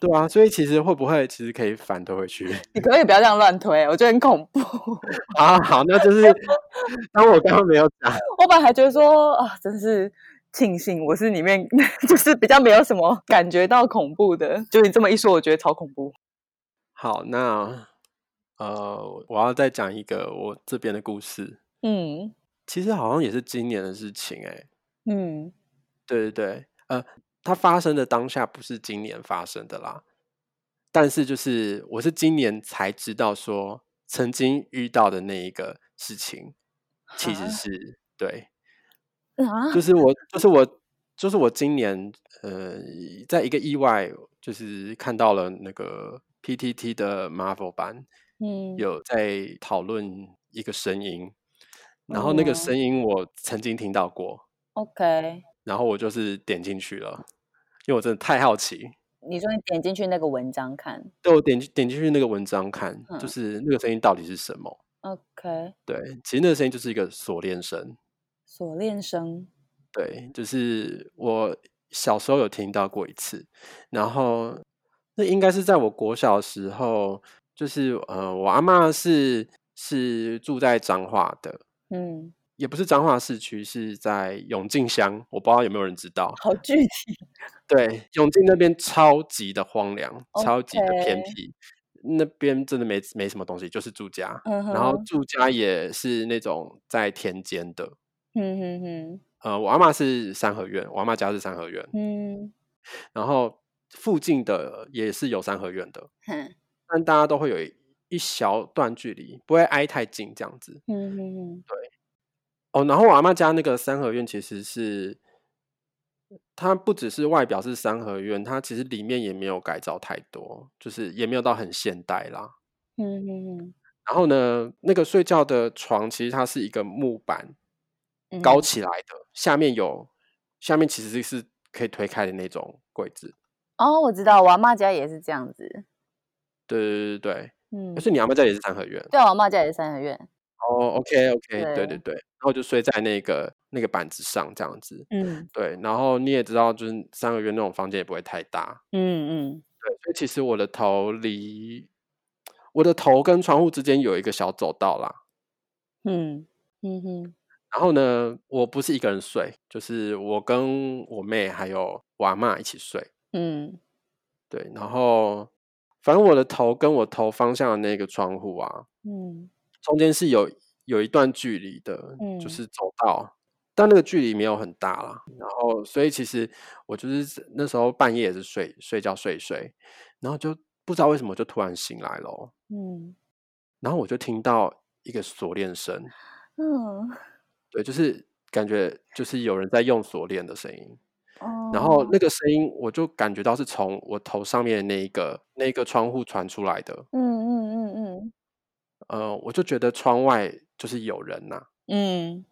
Speaker 1: 对啊，所以其实会不会其实可以反推回去 [laughs]
Speaker 2: 你可不可以不要这样乱推，我觉得很恐怖。
Speaker 1: 啊？好，那就是当我刚刚没有讲，
Speaker 2: 我本来还觉得说啊，真是庆幸我是里面 [laughs] 就是比较没有什么感觉到恐怖的，就你这么一说，我觉得超恐怖。
Speaker 1: 好，那呃，我要再讲一个我这边的故事，
Speaker 2: 嗯
Speaker 1: 其实好像也是今年的事情、欸，哎，
Speaker 2: 嗯
Speaker 1: 对对对，呃，它发生的当下不是今年发生的啦，但是就是我是今年才知道说曾经遇到的那一个事情，其
Speaker 2: 哈
Speaker 1: 实是对，
Speaker 2: 啊
Speaker 1: 就是我，就是我，就是我今年呃，在一个意外，就是看到了那个 PTT 的 Marvel 版
Speaker 2: 嗯
Speaker 1: 有在讨论一个声音，然后那个
Speaker 2: 哦
Speaker 1: 声音我曾经听到过，
Speaker 2: OK，
Speaker 1: 然后我就是点进去了，因为我真的太好奇，
Speaker 2: 你说你点进去那个文章看
Speaker 1: 对我点进点进去那个文章看，就
Speaker 2: 嗯
Speaker 1: 是那个声音到底是什么？
Speaker 2: ，OK，
Speaker 1: 对，其实那个声音就是一个锁链声，
Speaker 2: 锁链声，嗯
Speaker 1: 对，就是我小时候有听到过一次，然后那应该是在我国小的时候，就是呃，我阿嬷是是住在彰化的， [laughs]
Speaker 2: 嗯，
Speaker 1: 也不是彰化市区，是在永靖乡，我不知道有没有人知道。
Speaker 2: 好具体，
Speaker 1: 对，永靖那边超级的荒凉，超级的偏
Speaker 2: OK
Speaker 1: 僻，那边真的没没什么东西，就是住家，
Speaker 2: 嗯
Speaker 1: 然后
Speaker 2: 哼，
Speaker 1: 住家也是那种在田间的。
Speaker 2: 嗯哼哼，
Speaker 1: 呃，我阿嬷是三合院，我阿嬷家是三合院，
Speaker 2: 嗯
Speaker 1: 然后附近的也是有三合院的，
Speaker 2: 哼，
Speaker 1: 但大家都会有一一小段距离，不会挨太近这样子。
Speaker 2: 嗯哼哼，
Speaker 1: 哦，然后我阿嬷家那个三合院其实是，它不只是外表是三合院，它其实里面也没有改造太多，就是也没有到很现代啦。
Speaker 2: 嗯哼哼，
Speaker 1: 然后呢，那个睡觉的床其实它是一个木板
Speaker 2: 嗯
Speaker 1: 高
Speaker 2: 哼，
Speaker 1: 起来的，下面有下面其实是可以推开的那种柜子。
Speaker 2: 哦，我知道，我阿妈家也是这样子，
Speaker 1: 对对对对，
Speaker 2: 嗯
Speaker 1: 可，是你阿嬷家也是三合院。
Speaker 2: 对啊，我阿妈家也是三合院，
Speaker 1: 哦，OK OK，对对
Speaker 2: 对，
Speaker 1: 对，然后就睡在那个那个板子上这样子，
Speaker 2: 嗯
Speaker 1: 对，然后你也知道，就是三合院那种房间也不会太大，
Speaker 2: 嗯嗯，
Speaker 1: 对，所以其实我的头离我的头跟窗户之间有一个小走道啦，
Speaker 2: 嗯嗯哼，
Speaker 1: 然后呢，我不是一个人睡，就是我跟我妹还有我阿嬷一起睡，
Speaker 2: 嗯
Speaker 1: 对，然后反正我的头跟我头方向的那个窗户啊，
Speaker 2: 嗯
Speaker 1: 中间是有有一段距离的，就
Speaker 2: 嗯
Speaker 1: 是走道，但那个距离没有很大啦。然后，所以其实我就是那时候半夜也是睡睡觉睡一睡，然后就不知道为什么就突然醒来了哦，
Speaker 2: 嗯
Speaker 1: 然后我就听到一个锁链声，
Speaker 2: 嗯，
Speaker 1: 对，就是感觉就是有人在用锁链的声音。然后
Speaker 2: 哦，
Speaker 1: 那个声音，我就感觉到是从我头上面的那一个那一个窗户传出来的，
Speaker 2: 嗯嗯嗯
Speaker 1: 呃，我就觉得窗外就是有人呐、
Speaker 2: 嗯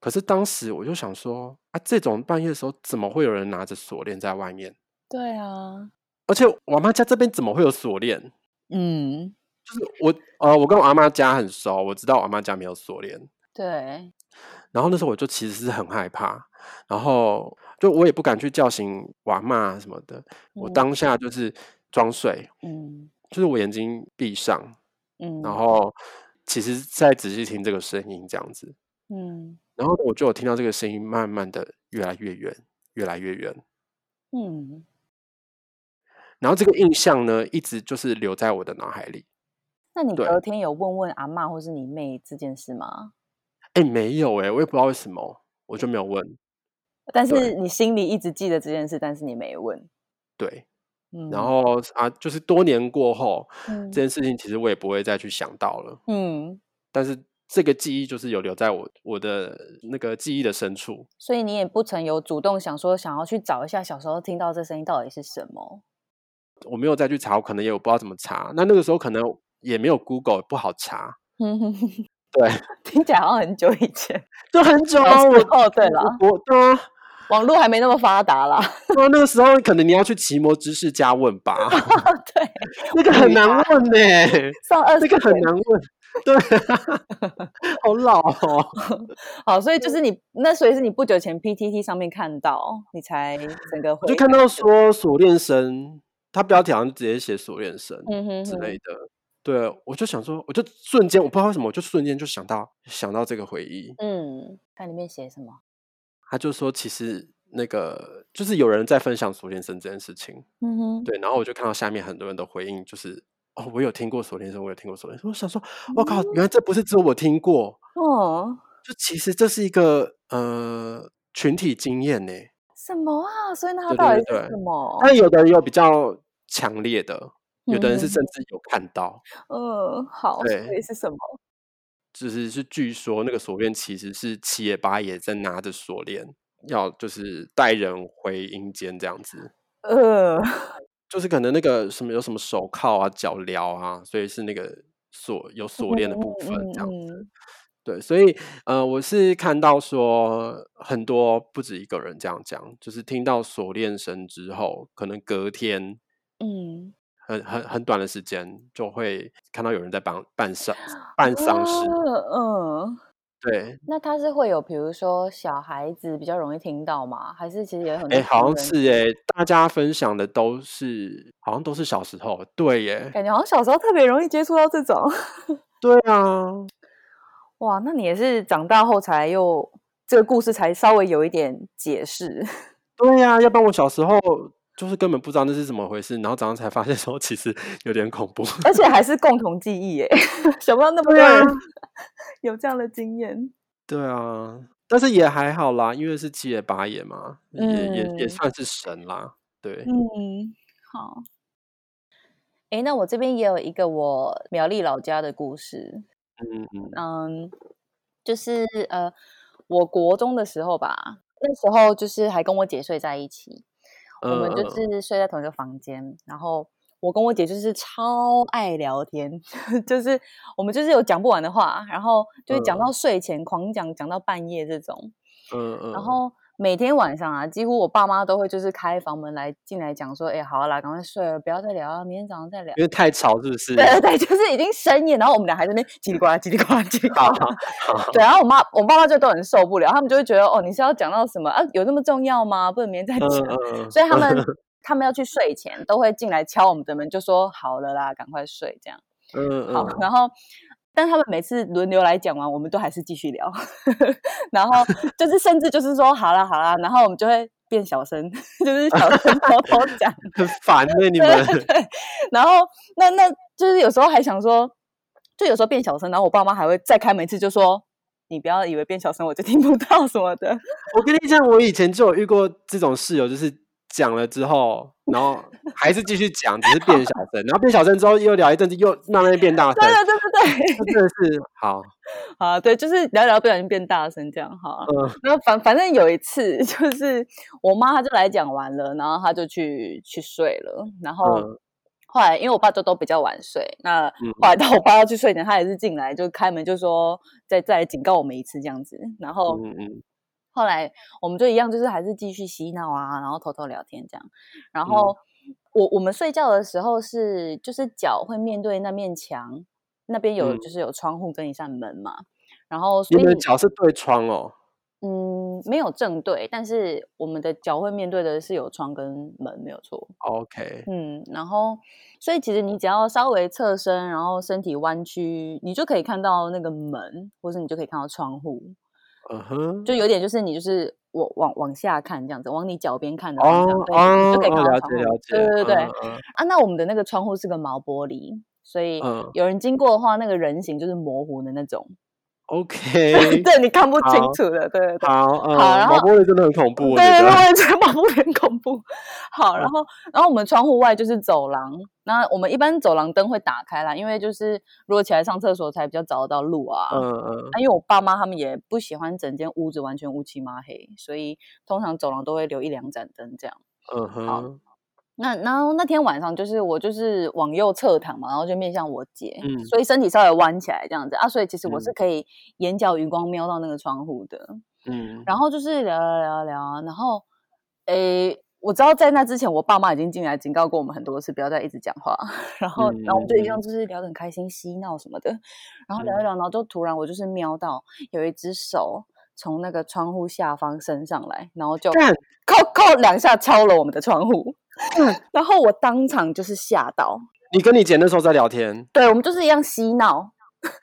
Speaker 1: 可是当时我就想说，啊，这种半夜的时候怎么会有人拿着锁链在外面？
Speaker 2: 对啊，
Speaker 1: 而且我阿妈家这边怎么会有锁链？
Speaker 2: 嗯，
Speaker 1: 就是我呃，我跟我阿妈家很熟，我知道我阿妈家没有锁链。
Speaker 2: 对，
Speaker 1: 然后那时候我就其实是很害怕，然后就我也不敢去叫醒我阿妈什么的，我
Speaker 2: 嗯
Speaker 1: 当下就是装睡，
Speaker 2: 嗯
Speaker 1: 就是我眼睛闭上，然
Speaker 2: 嗯
Speaker 1: 后其实再仔细听这个声音这样子。
Speaker 2: 嗯
Speaker 1: 然后我就有听到这个声音慢慢的越来越远，越来越远。
Speaker 2: 嗯，
Speaker 1: 然后这个印象呢，一直就是留在我的脑海里。
Speaker 2: 那你隔
Speaker 1: 对，
Speaker 2: 天有问问阿妈或是你妹这件事吗？
Speaker 1: 哎，没有哎，我也不知道为什么，我就没有问。
Speaker 2: 但
Speaker 1: 对
Speaker 2: 是你心里一直记得这件事，但是你没问，
Speaker 1: 对，然
Speaker 2: 嗯
Speaker 1: 后啊，就是多年过后，这
Speaker 2: 嗯
Speaker 1: 件事情其实我也不会再去想到了。
Speaker 2: 嗯
Speaker 1: 但是这个记忆就是有留在我我的那个记忆的深处。
Speaker 2: 所以你也不曾有主动想说想要去找一下小时候听到这声音到底是什么。 [laughs]
Speaker 1: 我没有再去查，我可能也有不知道怎么查。那那个时候可能也没有 Google，不好查。对，
Speaker 2: 听起来好像很久以前。
Speaker 1: [laughs] 就很久啊，
Speaker 2: 小
Speaker 1: 我
Speaker 2: 时候对啦，
Speaker 1: 我对啊，
Speaker 2: 网络还没那么发达啦。 [laughs]
Speaker 1: 那那个时候可能你要去奇摩知识家问吧，
Speaker 2: 对，
Speaker 1: [laughs] 那个很难问呢、
Speaker 2: 上二
Speaker 1: 那
Speaker 2: 十
Speaker 1: 个很
Speaker 2: 年
Speaker 1: 难问。 [laughs] 对、啊，好老哦。
Speaker 2: 好，所以就是
Speaker 1: 嗯
Speaker 2: 你那，所以是你不久前 PTT 上面看到，你才整个
Speaker 1: 我
Speaker 2: 回
Speaker 1: 就看到说锁链声，它标题好像直接写锁链声
Speaker 2: 嗯哼
Speaker 1: 之
Speaker 2: 哼
Speaker 1: 类的。对，我就想说，我就瞬间，我不知道为什么，我就瞬间就想到想到这个回忆。
Speaker 2: 嗯，看里面写什么？
Speaker 1: 他就说，其实那个就是有人在分享锁链声这件事情。
Speaker 2: 嗯哼，
Speaker 1: 对，然后我就看到下面很多人的回应，就是哦，我有听过锁链声，我有听过锁链声。我想说，我靠，原来这不是只有我听过，
Speaker 2: 哦，
Speaker 1: 就其实这是一个呃群体经验呢。
Speaker 2: 什么啊？所以那它
Speaker 1: 对对
Speaker 2: 到底
Speaker 1: 对哎对
Speaker 2: 是什么？
Speaker 1: 但有的人有比较强烈的，有的人是
Speaker 2: 嗯
Speaker 1: 甚至有看到，
Speaker 2: 嗯，好，
Speaker 1: 对
Speaker 2: 所以是什么？
Speaker 1: 只是是据说那个锁链其实是七爷八爷在拿着锁链，要就是带人回阴间这样子，
Speaker 2: 呃，
Speaker 1: 就是可能那个什么有什么手铐啊、脚镣啊，所以是那个锁有锁链的部分这样子。
Speaker 2: 嗯
Speaker 1: 对，所以呃，我是看到说很多不止一个人这样讲，就是听到锁链声之后，可能隔天
Speaker 2: 嗯，
Speaker 1: 很很很短的时间，就会看到有人在办办丧
Speaker 2: 啊
Speaker 1: 办丧事。
Speaker 2: 嗯呃嗯，
Speaker 1: 对，
Speaker 2: 那它是会有，比如说小孩子比较容易听到吗？还是其实也有很多
Speaker 1: 哎，好
Speaker 2: 成
Speaker 1: 像
Speaker 2: 人
Speaker 1: 是哎，大家分享的都是好像都是小时候，对耶，
Speaker 2: 感觉好像小时候特别容易接触到这种。 [laughs]
Speaker 1: 对啊，
Speaker 2: 哇，那你也是长大后才又这个故事才稍微有一点解释。
Speaker 1: 对呀、要不然我小时候就是根本不知道那是怎么回事，然后早上才发现说其实 [laughs] 有点恐怖。
Speaker 2: 而且还是共同记忆耶， [laughs] 想不到那么多
Speaker 1: 对啊
Speaker 2: 人 [laughs] 有这样的经验。
Speaker 1: 对啊，但是也还好啦，因为是七爷八爷嘛，也也也
Speaker 2: 嗯
Speaker 1: 算是神啦。对，
Speaker 2: 嗯，好。诶，那我这边也有一个我苗栗老家的故事。
Speaker 1: 嗯嗯
Speaker 2: 嗯，就是呃，我国中的时候吧，那时候就是还跟我姐睡在一起，我
Speaker 1: 嗯
Speaker 2: 们就
Speaker 1: 嗯
Speaker 2: 是睡在同一个房间，然后我跟我姐就是超爱聊天， [laughs] 就是我们就是有讲不完的话，然后就是讲到睡前狂讲，讲到半夜这种，
Speaker 1: 嗯嗯，
Speaker 2: 然后。每天晚上啊，几乎我爸妈都会就是开房门来进来讲说，哎、好啦，赶快睡了，不要再聊啊，明天早上再聊。
Speaker 1: 因为太吵是不是？
Speaker 2: [laughs] 对对 [laughs] 对，就是已经深夜，然后我们俩还在那边叽里呱啦、叽里呱啦、叽里呱
Speaker 1: 好
Speaker 2: 啦。
Speaker 1: [laughs]
Speaker 2: 对，然后我妈、我爸妈就都很受不了，他们就会觉得哦，你是要讲到什么啊？有那么重要吗？不能明天再
Speaker 1: 嗯
Speaker 2: 讲。
Speaker 1: 嗯，
Speaker 2: 所以
Speaker 1: [laughs]
Speaker 2: 他们他们要去睡前都会进来敲我们的门，就说好了啦，赶快睡这样。
Speaker 1: 嗯嗯
Speaker 2: 好，然后。但他们每次轮流来讲完，我们都还是继续聊， [laughs] 然后就是甚至就是说好啦好啦，然后我们就会变小声， [laughs] 就是小声偷偷讲，
Speaker 1: 很烦呢、你
Speaker 2: [laughs] 对
Speaker 1: 们。
Speaker 2: 对，然后那那就是有时候还想说，就有时候变小声，然后我爸妈还会再开门一次，就说你不要以为变小声我就听不到什么的。
Speaker 1: 我跟你讲，我以前就有遇过这种室友，就是讲了之后，然后还是继续讲，只是变小声，然后变小声之后又聊一阵子，又慢慢变大声
Speaker 2: 对，对对对对， [laughs]
Speaker 1: 这真的是好，
Speaker 2: 啊对，就是聊一聊不小心变大声这样哈。
Speaker 1: 嗯
Speaker 2: 那反反正有一次， [laughs] 就是我妈她就来讲完了，然后她就去去睡了，然后。
Speaker 1: 嗯
Speaker 2: 后来，因为我爸就都比较晚睡，那
Speaker 1: 嗯
Speaker 2: 后来到我爸要去睡前，他也是进来就开门就说再再来警告我们一次这样子，然后
Speaker 1: 嗯嗯，
Speaker 2: 后来我们就一样，就是还是继续嬉闹啊，然后偷偷聊天这样。然
Speaker 1: 嗯
Speaker 2: 后、我我们睡觉的时候是就是脚会面对那面墙，那边有、
Speaker 1: 嗯
Speaker 2: 就是有窗户跟一扇门嘛。然后所
Speaker 1: 你
Speaker 2: 以
Speaker 1: 们的脚是对窗哦，
Speaker 2: 嗯没有正对，但是我们的脚会面对的是有窗跟门，没有错。
Speaker 1: 哦 OK，
Speaker 2: 嗯，然后所以其实你只要稍微侧身，然后身体弯曲，你就可以看到那个门，或是你就可以看到窗户。
Speaker 1: 嗯
Speaker 2: [laughs]
Speaker 1: 哼，
Speaker 2: 就有点就是你就是往往往下看这样子，往你脚边看的方
Speaker 1: 哦
Speaker 2: 向，对，你
Speaker 1: 哦
Speaker 2: 就可以看
Speaker 1: 哦，
Speaker 2: 到
Speaker 1: 了
Speaker 2: 窗
Speaker 1: 解
Speaker 2: 户。
Speaker 1: 了解，
Speaker 2: 对对对、
Speaker 1: 嗯
Speaker 2: 啊，那我们的那个窗户是个毛玻璃，所以
Speaker 1: 嗯
Speaker 2: 有人经过的话，那个人形就是模糊的那种，
Speaker 1: ，OK，[laughs]
Speaker 2: [laughs] 对你看不清
Speaker 1: 好
Speaker 2: 楚的，对对对。 [laughs]
Speaker 1: 好，嗯，
Speaker 2: 然
Speaker 1: 毛
Speaker 2: 后
Speaker 1: 玻璃真的很恐怖，我
Speaker 2: 对
Speaker 1: 觉
Speaker 2: 对对，
Speaker 1: 得，嗯
Speaker 2: 我也觉得毛玻璃很恐怖。好，然后然后我们窗户外就是走廊，那我们一般走廊灯会打开啦，因为就是如果起来上厕所才比较找得到路啊。
Speaker 1: 嗯嗯，
Speaker 2: 那因为我爸妈他们也不喜欢整间屋子完全乌漆嘛黑，所以通常走廊都会留一两盏灯这样。
Speaker 1: 嗯哼，
Speaker 2: 那然后那天晚上就是我就是往右侧躺嘛，然后就面向我姐，
Speaker 1: 嗯
Speaker 2: 所以身体稍微弯起来这样子啊，所以其实我是
Speaker 1: 嗯
Speaker 2: 可以眼角余光瞄到那个窗户的。
Speaker 1: 嗯，
Speaker 2: 然后就是聊啊聊啊聊啊，然后诶，我知道在那之前，我爸妈已经进来警告过我们很多次，不要再一直讲话。 [laughs] 然后，然后我们就一样就是聊得很开心，嬉闹什么的。然后聊一聊，然后就突然我就是瞄到有一只手从那个窗户下方伸上来，然后就
Speaker 1: 干
Speaker 2: 扣扣两下敲了我们的窗户。 [laughs] 然后我当场就是吓到，
Speaker 1: 你跟你姐那时候在聊天
Speaker 2: 对我们就是一样嬉闹，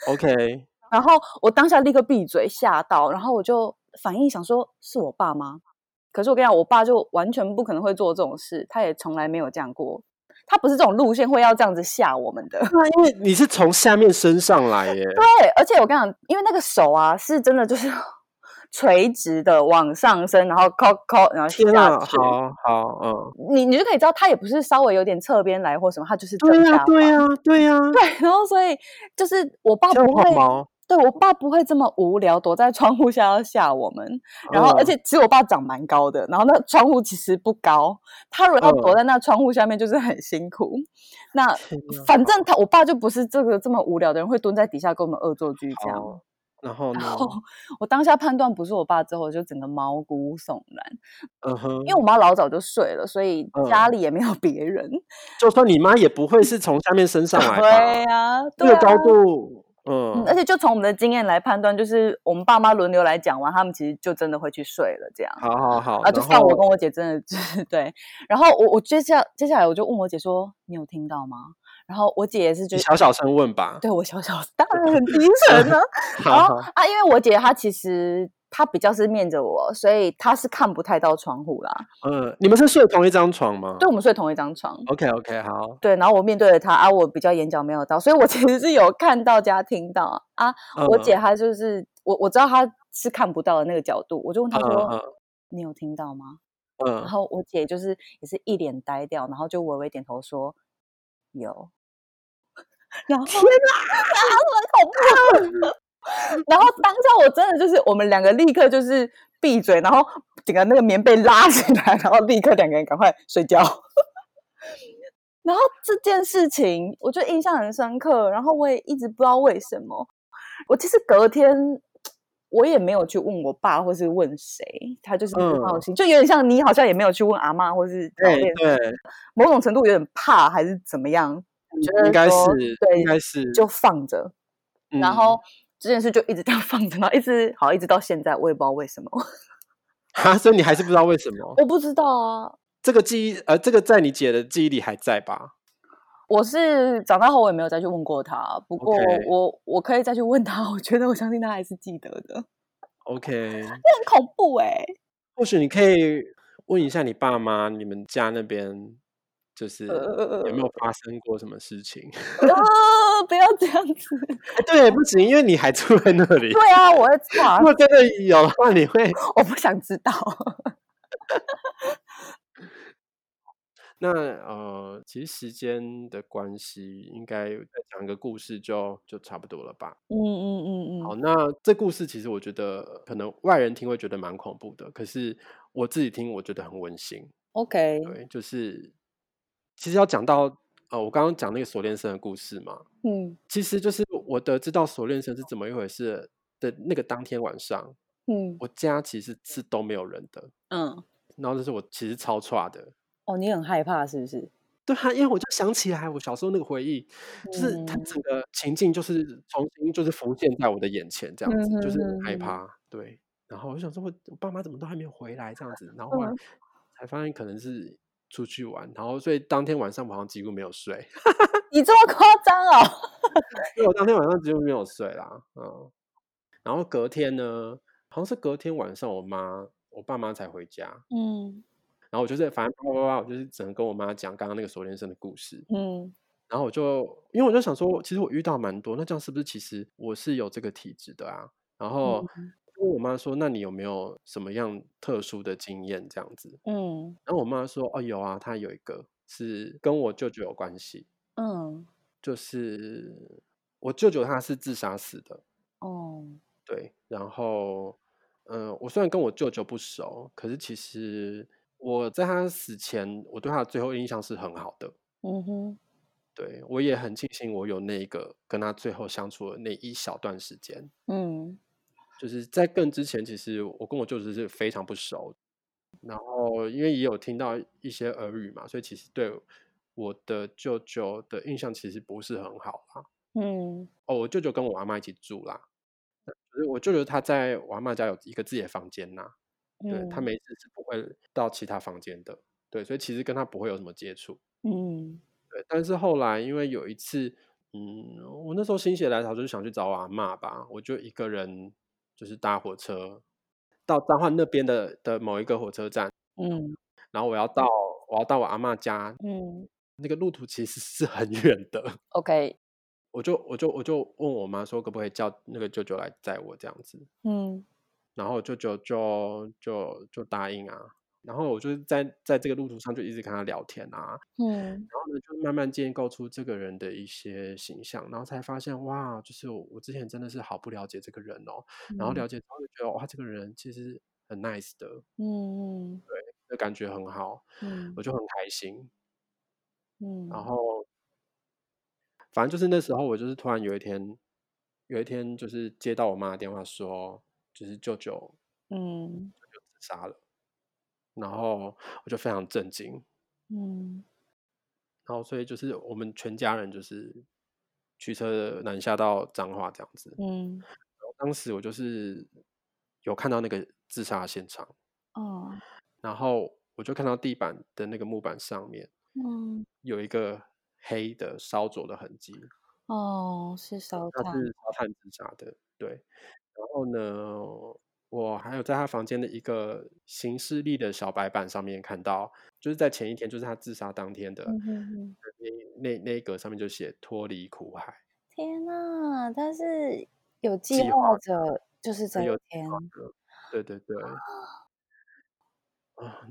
Speaker 1: ，OK，
Speaker 2: 然后我当下立刻闭嘴，吓到，然后我就反应想说是我爸妈，可是我跟你讲，我爸就完全不可能会做这种事，他也从来没有这样过，他不是这种路线会要这样子吓我们的。
Speaker 1: 那啊因为你是从下面升上来耶，
Speaker 2: 对，啊而且我跟你讲，因为那个手啊是真的就是 [laughs] 垂直的往上升，然后扣扣，然后
Speaker 1: 天
Speaker 2: 下
Speaker 1: 啊，
Speaker 2: 去。
Speaker 1: 好好，嗯，
Speaker 2: 你你就可以知道，他也不是稍微有点侧边来或什么，他就是
Speaker 1: 对
Speaker 2: 正
Speaker 1: 呀
Speaker 2: 下
Speaker 1: 对
Speaker 2: 方
Speaker 1: 呀对呀，
Speaker 2: 对， [laughs] 然后所以就是我爸
Speaker 1: 这样
Speaker 2: 不会
Speaker 1: 好，毛，
Speaker 2: 对我爸不会这么无聊，躲在窗户下要吓我们。然后，而
Speaker 1: 嗯
Speaker 2: 且其实我爸长蛮高的，然后那窗户其实不高，他如果要躲
Speaker 1: 嗯
Speaker 2: 在那窗户下面，就是很辛苦。那
Speaker 1: 天哪
Speaker 2: 反正他我爸就不是这个这么无聊的人，会蹲在底下跟我们恶作剧这样。
Speaker 1: 好，然后
Speaker 2: 然
Speaker 1: 呢，
Speaker 2: 后我当下判断不是我爸之后，我就整个毛骨悚然，
Speaker 1: 嗯哼
Speaker 2: 因为，我妈老早就睡了，所以家
Speaker 1: 嗯
Speaker 2: 里也没有别人。
Speaker 1: 就算你妈也不会是从下面升上
Speaker 2: [laughs]
Speaker 1: 来吧，
Speaker 2: 对呀、
Speaker 1: 这个
Speaker 2: 对啊
Speaker 1: 高度，
Speaker 2: 嗯，
Speaker 1: 嗯，
Speaker 2: 而且就从我们的经验来判断，就是我们爸妈轮流来讲完，他们其实就真的会去睡了，这样
Speaker 1: 好好好，
Speaker 2: 啊，就
Speaker 1: 然
Speaker 2: 算我
Speaker 1: 后
Speaker 2: 跟我姐真的就是对。然后我我接下接下来我就问我姐说：“你有听到吗？”然后我姐也是
Speaker 1: 你
Speaker 2: 觉得
Speaker 1: 小小声问吧，
Speaker 2: 对我小小当然很低沉了、
Speaker 1: [laughs]
Speaker 2: 然
Speaker 1: 好
Speaker 2: 后
Speaker 1: 好，
Speaker 2: 啊，因为我姐她其实她比较是面着我，所以她是看不太到窗户啦。
Speaker 1: 嗯，你们是睡同一张床吗
Speaker 2: 对，我们睡同一张床，
Speaker 1: ？OK OK，好，
Speaker 2: 对，然后我面对着他啊，我比较眼角没有到，所以我其实是有看到加听到啊。我姐
Speaker 1: 嗯
Speaker 2: 她就是我我知道她是看不到的那个角度，我就问她
Speaker 1: 嗯
Speaker 2: 说：“
Speaker 1: 嗯
Speaker 2: 你有听到吗？”然
Speaker 1: 嗯，
Speaker 2: 后我姐就是也是一脸呆掉，然后就微微点头说：“有。”然后
Speaker 1: 天
Speaker 2: 啊，很恐怖。然后当下我真的就是我们两个立刻就是闭嘴，然后整个那个棉被拉起来，然后立刻两个人赶快睡觉。然后这件事情我就印象很深刻，然后我也一直不知道为什么。我其实隔天我也没有去问我爸或是问谁，他就是不放
Speaker 1: 嗯
Speaker 2: 心，就有点像你好像也没有去问阿妈或是老
Speaker 1: 哎
Speaker 2: 练，
Speaker 1: 对，
Speaker 2: 某种程度有点怕还是怎么样，觉
Speaker 1: 嗯应
Speaker 2: 得
Speaker 1: 该是
Speaker 2: 说
Speaker 1: 应
Speaker 2: 对
Speaker 1: 该是，
Speaker 2: 就放着。然
Speaker 1: 嗯
Speaker 2: 后这件事就一直这样放着，然后一直好一直到现在，我也不知道为什么，
Speaker 1: [laughs] 哈，所以你还是不知道为什么
Speaker 2: 我不知道啊。
Speaker 1: 这个记忆，呃，这个在你姐的记忆里还在吧
Speaker 2: 我是长大后我也没有再去问过他，不过
Speaker 1: ？OK
Speaker 2: 我我可以再去问他，我觉得我相信他还是记得的，很
Speaker 1: OK，
Speaker 2: 恐怖哎、
Speaker 1: 欸或许你可以问一下你爸妈，你们家那边就是有没有
Speaker 2: 呃
Speaker 1: 发生过什么事情？ [laughs]
Speaker 2: 呃，不要这样子，
Speaker 1: 哎，对，不行，因为你还住在那里。
Speaker 2: 对啊，我会怕
Speaker 1: 如，果真的有的话，你会
Speaker 2: 我不想知道。
Speaker 1: [laughs] 那呃，其实时间的关系，应该再讲一个故事就就差不多了吧。
Speaker 2: 嗯嗯
Speaker 1: 好，
Speaker 2: 嗯
Speaker 1: 那这故事其实我觉得可能外人听会觉得蛮恐怖的，可是我自己听我觉得很温馨。
Speaker 2: ，OK，
Speaker 1: 对，就是其实要讲到呃，我刚刚讲那个锁链生的故事嘛，
Speaker 2: 嗯
Speaker 1: 其实就是我得知到锁链生是怎么一回事的那个当天晚上，
Speaker 2: 嗯
Speaker 1: 我家其实是都没有人的，
Speaker 2: 嗯，
Speaker 1: 然后这是我其实超差的。
Speaker 2: 哦，你很害怕是不是？
Speaker 1: 对啊，因为我就想起来我小时候那个回忆，就是它
Speaker 2: 嗯
Speaker 1: 整个情境就是重新就是浮现在我的眼前，这
Speaker 2: 嗯
Speaker 1: 样子，就是很
Speaker 2: 嗯
Speaker 1: 害
Speaker 2: 嗯
Speaker 1: 怕，对。然后我就想说我，我爸妈怎么都还没有回来这样子，然后后来
Speaker 2: 嗯，
Speaker 1: 才发现可能是出去玩，然后所以当天晚上我好像几乎没有睡，
Speaker 2: 你这么夸张
Speaker 1: [laughs]
Speaker 2: 哦？
Speaker 1: 因为我当天晚上几乎没有睡啦，嗯。然后隔天呢，好像是隔天晚上，我妈我爸妈才回家，
Speaker 2: 嗯
Speaker 1: 然后我就是反正叭叭叭，我就是只能跟我妈讲刚刚那个锁链生的故事。
Speaker 2: 嗯
Speaker 1: 然后我就因为我就想说，其实我遇到蛮多，那这样是不是其实我是有这个体质的啊？然后
Speaker 2: 嗯
Speaker 1: 问我妈说，那你有没有什么样特殊的经验这样子？
Speaker 2: 嗯
Speaker 1: 然后我妈说，哦，有啊，她有一个是跟我舅舅有关系，
Speaker 2: 嗯
Speaker 1: 就是我舅舅他是自杀死的，
Speaker 2: 哦
Speaker 1: 对，然后，嗯，我虽然跟我舅舅不熟，可是其实我在他死前，我对他的最后印象是很好的。
Speaker 2: 嗯哼
Speaker 1: 对我也很庆幸，我有那一个跟他最后相处的那一小段时间。
Speaker 2: 嗯
Speaker 1: 就是在更之前，其实我跟我舅舅是非常不熟，然后因为也有听到一些耳语嘛，所以其实对我的舅舅的印象其实不是很好啦。
Speaker 2: 嗯
Speaker 1: 哦，我舅舅跟我阿妈一起住啦，就是我舅舅他在我阿妈家有一个自己的房间呐、对他
Speaker 2: 嗯
Speaker 1: 没事是不会到其他房间的，对，所以其实跟他不会有什么接触。
Speaker 2: 嗯
Speaker 1: 对，但是后来因为有一次，嗯，我那时候心血来潮，就是想去找我阿嬷吧，我就一个人就是搭火车到彰化那边的的某一个火车站，
Speaker 2: 嗯
Speaker 1: 然后我要到我要到我阿嬷家，
Speaker 2: 嗯
Speaker 1: 那个路途其实是很远的，
Speaker 2: ，OK，
Speaker 1: 我就我就我就问我妈说可不可以叫那个舅舅来载我这样子，
Speaker 2: 嗯
Speaker 1: 然后舅舅就就就答应啊。然后我就是在在这个路途上就一直跟他聊天啊，
Speaker 2: 嗯
Speaker 1: 然后呢，就慢慢建构出这个人的一些形象，然后才发现哇，就是我我之前真的是好不了解这个人哦，然后
Speaker 2: 嗯
Speaker 1: 了解之后就觉得哇，这个人其实很 nice 的，
Speaker 2: 嗯
Speaker 1: 就感觉很好，我
Speaker 2: 嗯
Speaker 1: 就很开心。然
Speaker 2: 嗯
Speaker 1: 后反正就是那时候，我就是突然有一天，有一天就是接到我妈的电话说，就是舅舅
Speaker 2: 嗯
Speaker 1: 舅舅自杀了，然后我就非常震惊，
Speaker 2: 嗯
Speaker 1: 然后所以就是我们全家人就是驱车南下到彰化这样子。
Speaker 2: 嗯，
Speaker 1: 然后当时我就是有看到那个自杀的现场，
Speaker 2: 哦
Speaker 1: 然后我就看到地板的那个木板上面
Speaker 2: 嗯
Speaker 1: 有一个黑的烧灼的痕迹，
Speaker 2: 哦，是烧
Speaker 1: 那
Speaker 2: 炭，
Speaker 1: 是烧炭自杀的，对。然后呢，我还有在他房间的一个行事历的小白板上面看到，就是在前一天，就是他自杀当天的
Speaker 2: 嗯哼哼，
Speaker 1: 那那那一格上面就写脱离苦海。
Speaker 2: 天呐，但是有计
Speaker 1: 计划
Speaker 2: 划着就是这
Speaker 1: 很有
Speaker 2: 一
Speaker 1: 计划
Speaker 2: 天，
Speaker 1: 的，对对对啊，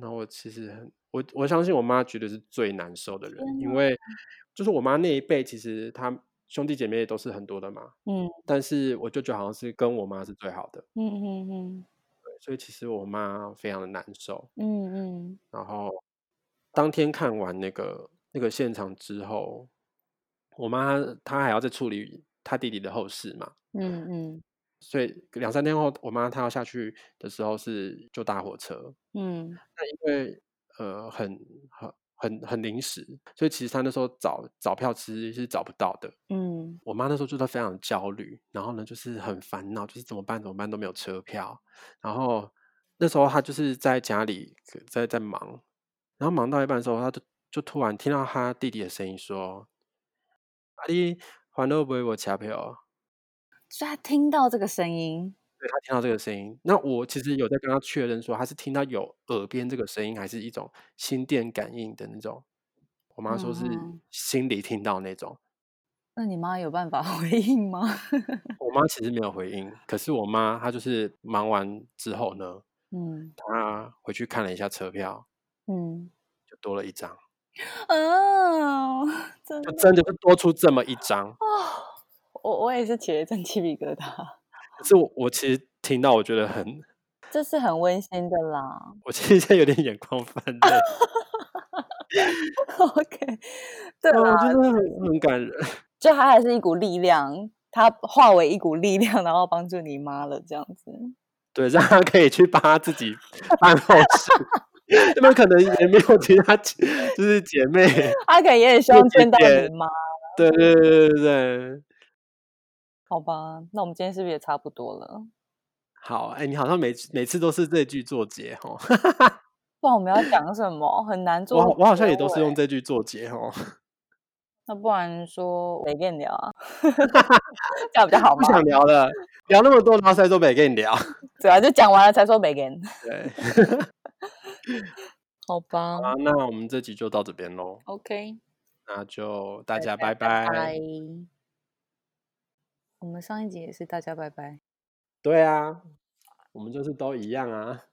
Speaker 1: 那我其实很我我相信我妈绝对是最难受的人，
Speaker 2: 天
Speaker 1: 因
Speaker 2: 呐，
Speaker 1: 为就是我妈那一辈，其实她兄弟姐妹都是很多的嘛，
Speaker 2: 嗯
Speaker 1: 但是我舅舅好像是跟我妈是最好的，
Speaker 2: 嗯嗯嗯
Speaker 1: 对所以其实我妈非常的难受。
Speaker 2: 嗯嗯
Speaker 1: 然后当天看完那个那个现场之后，我妈她还要再处理她弟弟的后事嘛，
Speaker 2: 嗯嗯
Speaker 1: 所以两三天后，我妈她要下去的时候是就搭火车，
Speaker 2: 嗯
Speaker 1: 那因为呃很很很很临时，所以其实他那时候找找票其实是找不到的。
Speaker 2: 嗯，
Speaker 1: 我妈那时候就在非常焦虑，然后呢就是很烦恼，就是怎么办怎么办都没有车票。然后那时候她就是在家里在在忙，然后忙到一半的时候，她就就突然听到她弟弟的声音说：“啊你还都不会我车票哦。”
Speaker 2: 所以他听到这个声音，
Speaker 1: 对他听到这个声音，那我其实有在跟他确认说，他是听到有耳边这个声音，还是一种心电感应的那种。我妈说
Speaker 2: 嗯
Speaker 1: 是
Speaker 2: 哼，
Speaker 1: 心里听到那种。
Speaker 2: 那你妈有办法 [laughs] 回应吗？
Speaker 1: 我妈其实没有回应，可是我妈她就是忙完之后呢，
Speaker 2: 嗯
Speaker 1: 她回去看了一下车票， [laughs]
Speaker 2: 嗯，
Speaker 1: 就多了一张，
Speaker 2: 哦， [laughs]
Speaker 1: 就
Speaker 2: 真的
Speaker 1: 真的就多出这么一张。
Speaker 2: 哦，我我也是起了一阵鸡皮疙瘩，
Speaker 1: 可是我我其实听到，我觉得很，
Speaker 2: 这是很温馨的啦。 [laughs]
Speaker 1: 我其实现在有点眼眶 [laughs] 泛泪，
Speaker 2: OK，对
Speaker 1: 嗯，
Speaker 2: 啦，
Speaker 1: 我觉得很很感人。
Speaker 2: 就它还是一股力量，它化为一股力量，然后帮助你妈了，这样子。
Speaker 1: 对， [laughs] 让他可以去帮他自己办后事。那么可能也没有其他姐，就是姐妹
Speaker 2: 阿肯也很希
Speaker 1: 或
Speaker 2: 望
Speaker 1: 姐
Speaker 2: 见到你
Speaker 1: 姐。
Speaker 2: 妈，
Speaker 1: 对对对对对。
Speaker 2: 好吧？那我们今天是不是也差不多了？
Speaker 1: 好，哎、你好像每次每次都是这句做结哦。
Speaker 2: 不然我们要讲什么？很难
Speaker 1: 我
Speaker 2: 做
Speaker 1: 好
Speaker 2: 到
Speaker 1: 我好
Speaker 2: 结
Speaker 1: 像也都是用
Speaker 2: 尾。
Speaker 1: 这句做结哦。
Speaker 2: 那不然说谁跟你聊啊？ [laughs] 这样比较好
Speaker 1: 不
Speaker 2: 吗？
Speaker 1: 想聊了，聊那么多，然后才说没跟你 [laughs] 聊。
Speaker 2: 对啊，就讲完了才说没跟。
Speaker 1: 对，
Speaker 2: 好吧
Speaker 1: 好啦，那我们这集就到这边喽，
Speaker 2: ，OK，
Speaker 1: 那就大
Speaker 2: 大
Speaker 1: 家
Speaker 2: 家
Speaker 1: 拜
Speaker 2: 拜
Speaker 1: 拜。
Speaker 2: 拜。我们上一集也是大家拜拜。
Speaker 1: 对啊，我们就是都一样啊。